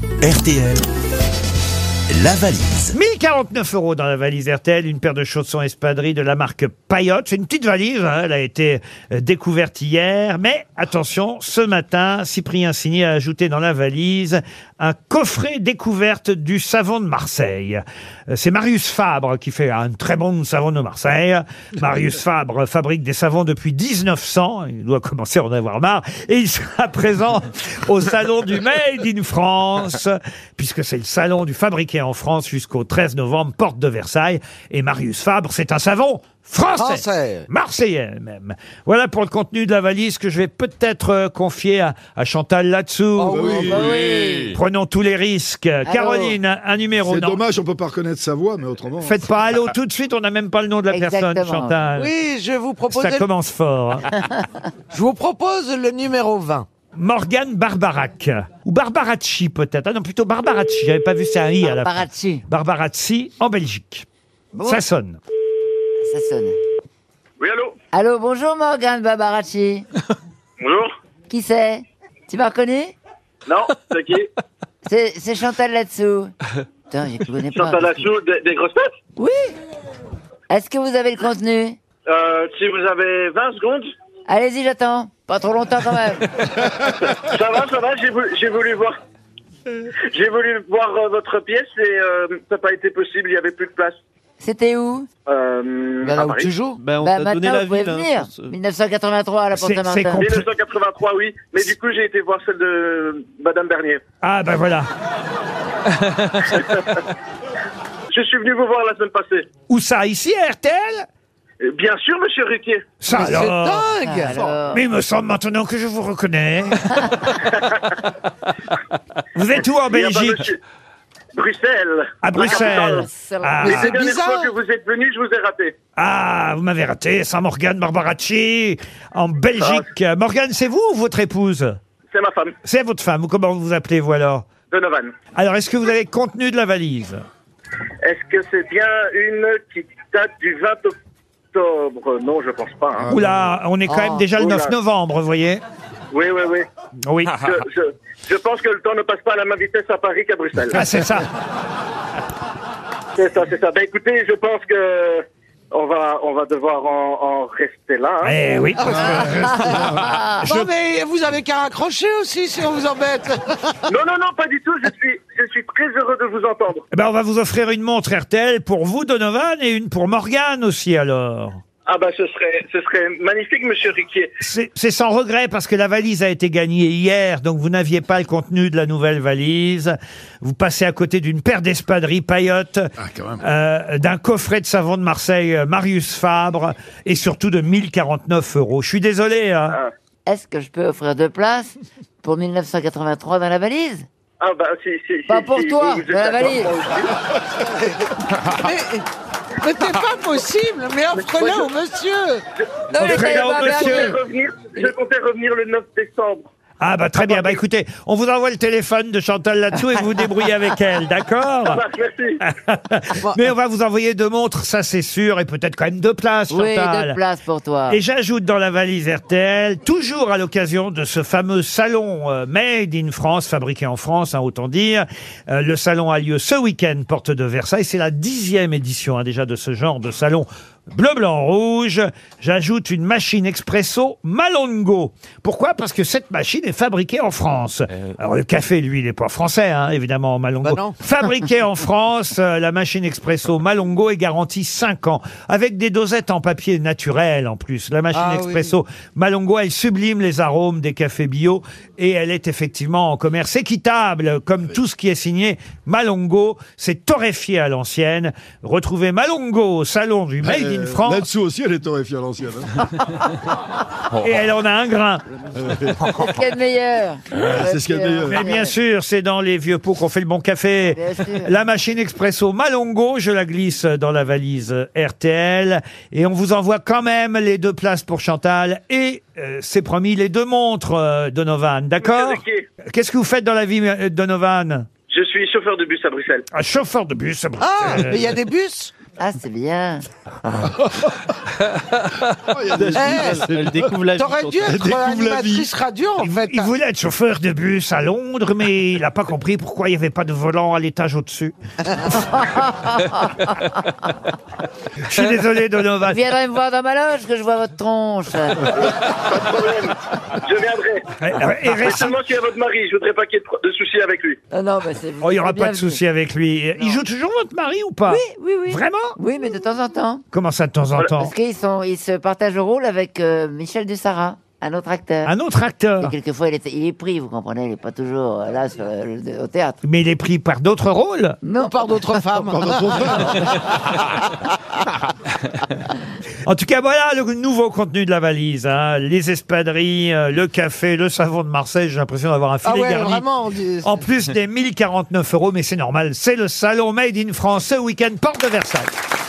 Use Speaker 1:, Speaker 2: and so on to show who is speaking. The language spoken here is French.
Speaker 1: RTL, la valise.
Speaker 2: 1049 euros dans la valise RTL, une paire de chaussons espadrilles de la marque Payotte. C'est une petite valise, hein, elle a été euh, découverte hier. Mais attention, ce matin, Cyprien Signé a ajouté dans la valise un coffret découverte du savon de Marseille. Euh, C'est Marius Fabre qui fait un très bon savon de Marseille. Marius Fabre fabrique des savons depuis 1900. Il doit commencer à en avoir marre. Et il sera présent au salon du Made in France, puisque c'est le salon du fabriqué en France jusqu'au 13 novembre, porte de Versailles. Et Marius Fabre, c'est un savon français.
Speaker 3: Français.
Speaker 2: Marseillais même. Voilà pour le contenu de la valise que je vais peut-être euh, confier à, à Chantal là-dessous.
Speaker 4: Ah
Speaker 2: Prenons tous les risques. Caroline, un- un numéro.
Speaker 4: C'est
Speaker 2: Non,
Speaker 4: dommage, on peut pas reconnaître sa voix, mais autrement.
Speaker 2: faites pas allô tout de suite, on n'a même pas le nom de la personne,
Speaker 5: Exactement.
Speaker 2: Chantal.
Speaker 3: Oui, je vous propose,
Speaker 2: Ça commence fort. hein.
Speaker 3: je vous propose le numéro 20.
Speaker 2: Morgane Barbarac. Ou Barbaracci peut-être. Ah non, plutôt Barbaracci. J'avais pas vu ça un i à la fin.
Speaker 5: Paparazzi,
Speaker 2: Barbaracci en Belgique. Ça sonne.
Speaker 5: ça sonne.
Speaker 6: Oui, allô
Speaker 5: Allô, bonjour Morgane Babaracci.
Speaker 6: Bonjour
Speaker 5: Qui c'est Tu m'as reconnu
Speaker 6: Non, c'est qui
Speaker 5: C'est c'est Chantal là-dessous. Putain, je connais pas.
Speaker 6: Chantal Latsou, des, des grosses têtes
Speaker 5: Oui Est-ce que vous avez le contenu
Speaker 6: euh, Si vous avez 20 secondes,
Speaker 5: Allez-y, j'attends. Pas trop longtemps quand même.
Speaker 6: ça va, ça va, j'ai voulu, j'ai voulu voir... J'ai voulu voir euh, votre pièce et euh, ça n'a pas été possible, il n'y avait plus de place.
Speaker 5: C'était où
Speaker 6: Euh,
Speaker 3: Ben
Speaker 6: à
Speaker 3: là où
Speaker 6: Paris.
Speaker 3: tu joues.
Speaker 7: Ben, on
Speaker 5: Bah
Speaker 7: t'a donné
Speaker 5: maintenant,
Speaker 7: la
Speaker 5: vous pouvez
Speaker 7: ville. hein,
Speaker 5: venir.
Speaker 7: je pense.
Speaker 5: 1983 à la Porte
Speaker 2: C'est- c'est
Speaker 5: Saint-Martin.
Speaker 2: con.
Speaker 6: 1983, oui, mais du coup j'ai été voir celle de Madame Bernier.
Speaker 2: Ah ben voilà.
Speaker 6: Je suis venu vous voir la semaine passée.
Speaker 2: Où ça Ici à RTL
Speaker 6: Euh, Bien sûr, monsieur Ruquier.
Speaker 2: Ça
Speaker 3: Mais Ah, C'est
Speaker 2: alors
Speaker 3: dingue
Speaker 5: Ah, Alors,
Speaker 2: Mais il me semble maintenant que je vous reconnais. vous êtes où en
Speaker 6: Il y a pas
Speaker 2: Belgique
Speaker 6: monsieur- Bruxelles.
Speaker 2: À Bruxelles. Ah,
Speaker 6: Les deux
Speaker 3: C'est
Speaker 6: dernières
Speaker 3: bizarre.
Speaker 6: fois que vous êtes venu, je vous ai raté.
Speaker 2: ah, vous m'avez raté. Saint Morgane Barbaracci en Belgique. Morgane, c'est vous ou votre épouse
Speaker 6: C'est ma femme,
Speaker 2: C'est votre femme. Ou comment vous vous appelez, vous alors
Speaker 6: Donovan.
Speaker 2: Alors, est-ce que vous avez le contenu de la valise
Speaker 6: Est-ce que c'est bien une qui date du 20 octobre Non, je pense pas. hein.
Speaker 2: Oula, on est quand même déjà le
Speaker 6: Oula.
Speaker 2: 9 novembre, vous voyez Ah,
Speaker 6: Oui, oui, oui.
Speaker 2: Oui.
Speaker 6: Je, je- je pense que le temps ne passe pas à la même vitesse à Paris qu'à Bruxelles.
Speaker 2: Ah, c'est ça.
Speaker 6: C'est ça, c'est ça. Ben écoutez, je pense que on va, on va devoir en, en rester là. hein.
Speaker 2: Eh oui, parce que-
Speaker 3: Non, mais vous avez qu'à accrocher aussi si on vous embête.
Speaker 6: Non, non, non, pas du tout. Je suis, je suis très heureux de vous entendre.
Speaker 2: Eh ben, on va vous offrir une montre RTL pour vous, Donovan, et une pour Morgane aussi, alors.
Speaker 6: Ah ben, ce serait, ce serait magnifique, Monsieur Riquier.
Speaker 2: C'est c'est sans regret parce que la valise a été gagnée hier, donc vous n'aviez pas le contenu de la nouvelle valise. Vous passez à côté d'une paire d'espadrilles paillotes, euh, d'un coffret de savon de Marseille euh, Marius Fabre et surtout de 1049 euros. Je suis désolé. hein.
Speaker 6: Ah.
Speaker 5: est-ce que je peux offrir deux places pour 1983 dans la valise
Speaker 6: Ah ben, si, si, si,
Speaker 5: Pas pour
Speaker 6: si
Speaker 5: toi, Ben,
Speaker 6: vous- vous êtes
Speaker 5: dans la
Speaker 6: d'accord,
Speaker 5: valise.
Speaker 6: moi aussi.
Speaker 3: Mais, mais t'es pas possible. Mais offre-le au monsieur.
Speaker 5: Non, Oh, mais
Speaker 2: Offrez-la
Speaker 5: c'est
Speaker 2: au
Speaker 5: pas grave.
Speaker 6: Je
Speaker 2: monsieur.
Speaker 6: vais revenir- Je comptais revenir le 9 décembre.
Speaker 2: Ah bah très bien. Bah écoutez, on vous envoie le téléphone de Chantal là-dessous et vous vous débrouillez avec elle, d'accord
Speaker 6: Ah, merci.
Speaker 2: Mais on va vous envoyer deux montres, ça c'est sûr, et peut-être quand même deux places,
Speaker 5: Oui,
Speaker 2: Chantal.
Speaker 5: deux places pour toi.
Speaker 2: Et j'ajoute dans la valise RTL, toujours à l'occasion de ce fameux salon euh, Made in France, fabriqué en France, hein, autant dire. Euh, le salon a lieu ce week-end, porte de Versailles. C'est la dixième édition hein, déjà de ce genre de salon bleu, blanc, rouge. J'ajoute une machine expresso Malongo. Pourquoi Parce que cette machine est fabriquée en France. Alors le café, lui, il n'est pas français, hein, évidemment, Malongo.
Speaker 3: Euh. Bah non.
Speaker 2: Fabriquée en France, euh, la machine expresso Malongo est garantie 5 ans, avec des dosettes en papier naturel en plus. La machine
Speaker 3: Ah oui.
Speaker 2: expresso Malongo, elle sublime les arômes des cafés bio et elle est effectivement en commerce équitable, comme tout ce qui est signé Malongo. C'est torréfié à l'ancienne. Retrouvez Malongo au salon du Made in
Speaker 4: Euh,
Speaker 2: France
Speaker 4: Là-dessous aussi, elle est torréfiée à l'ancienne. hein.
Speaker 2: et elle en a un grain.
Speaker 5: C'est ce qu'il y a de meilleur.
Speaker 2: Ah,
Speaker 4: c'est ce qu'il y a de meilleur.
Speaker 2: Mais bien sûr, c'est dans les vieux pots qu'on fait le bon café.
Speaker 5: Bien sûr.
Speaker 2: La machine expresso Malongo, je la glisse dans la valise RTL. Et on vous envoie quand même les deux places pour Chantal. Et euh, c'est promis, les deux montres, euh, Donovan, d'accord
Speaker 6: Monsieur Riquier,
Speaker 2: Qu'est-ce que vous faites dans la vie, euh, Donovan
Speaker 6: Je suis chauffeur de bus à Bruxelles.
Speaker 2: Un chauffeur de bus. Euh,
Speaker 3: Ah, mais il y a des bus.
Speaker 5: Ah, c'est bien.
Speaker 7: Elle découvre la vie.
Speaker 3: Eh, T'aurais dû être animatrice radio, en fait.
Speaker 2: Il voulait être chauffeur de bus à Londres, mais il n'a pas compris pourquoi il n'y avait pas de volant à l'étage au-dessus. Je suis désolé, Donovan.
Speaker 5: Viendrez me voir dans ma loge que je vois votre tronche. Ah,
Speaker 6: Je viendrai.
Speaker 2: Et récemment-
Speaker 6: Seulement s'il y a votre mari, je voudrais pas qu'il y ait de pro- de soucis avec lui.
Speaker 5: Non, non, mais c'est.
Speaker 2: Oh, il n'y aura
Speaker 5: c'est
Speaker 2: pas de
Speaker 5: bienvenu.
Speaker 2: souci avec lui. Il joue toujours votre mari ou pas
Speaker 5: Oui, oui, oui.
Speaker 2: Vraiment
Speaker 5: Oui, mais de temps en temps.
Speaker 2: Comment ça de temps en temps
Speaker 5: Parce qu'ils sont, ils se partagent le rôle avec euh, Michel Dussara, un autre acteur.
Speaker 2: Un autre
Speaker 5: Et
Speaker 2: acteur.
Speaker 5: quelquefois, il est, il est pris, vous comprenez, il n'est pas toujours euh, là sur le- le- au théâtre.
Speaker 2: Mais il est pris par d'autres rôles.
Speaker 3: Non, par d'autres femmes.
Speaker 2: En tout cas, voilà le nouveau contenu de la valise. hein. Les espadrilles, euh, le café, le savon de Marseille. J'ai l'impression d'avoir un filet
Speaker 3: Ah ouais,
Speaker 2: garni.
Speaker 3: vraiment, on dit.
Speaker 2: En plus des 1049 euros, mais c'est normal. C'est le salon Made in France ce week-end, porte de Versailles.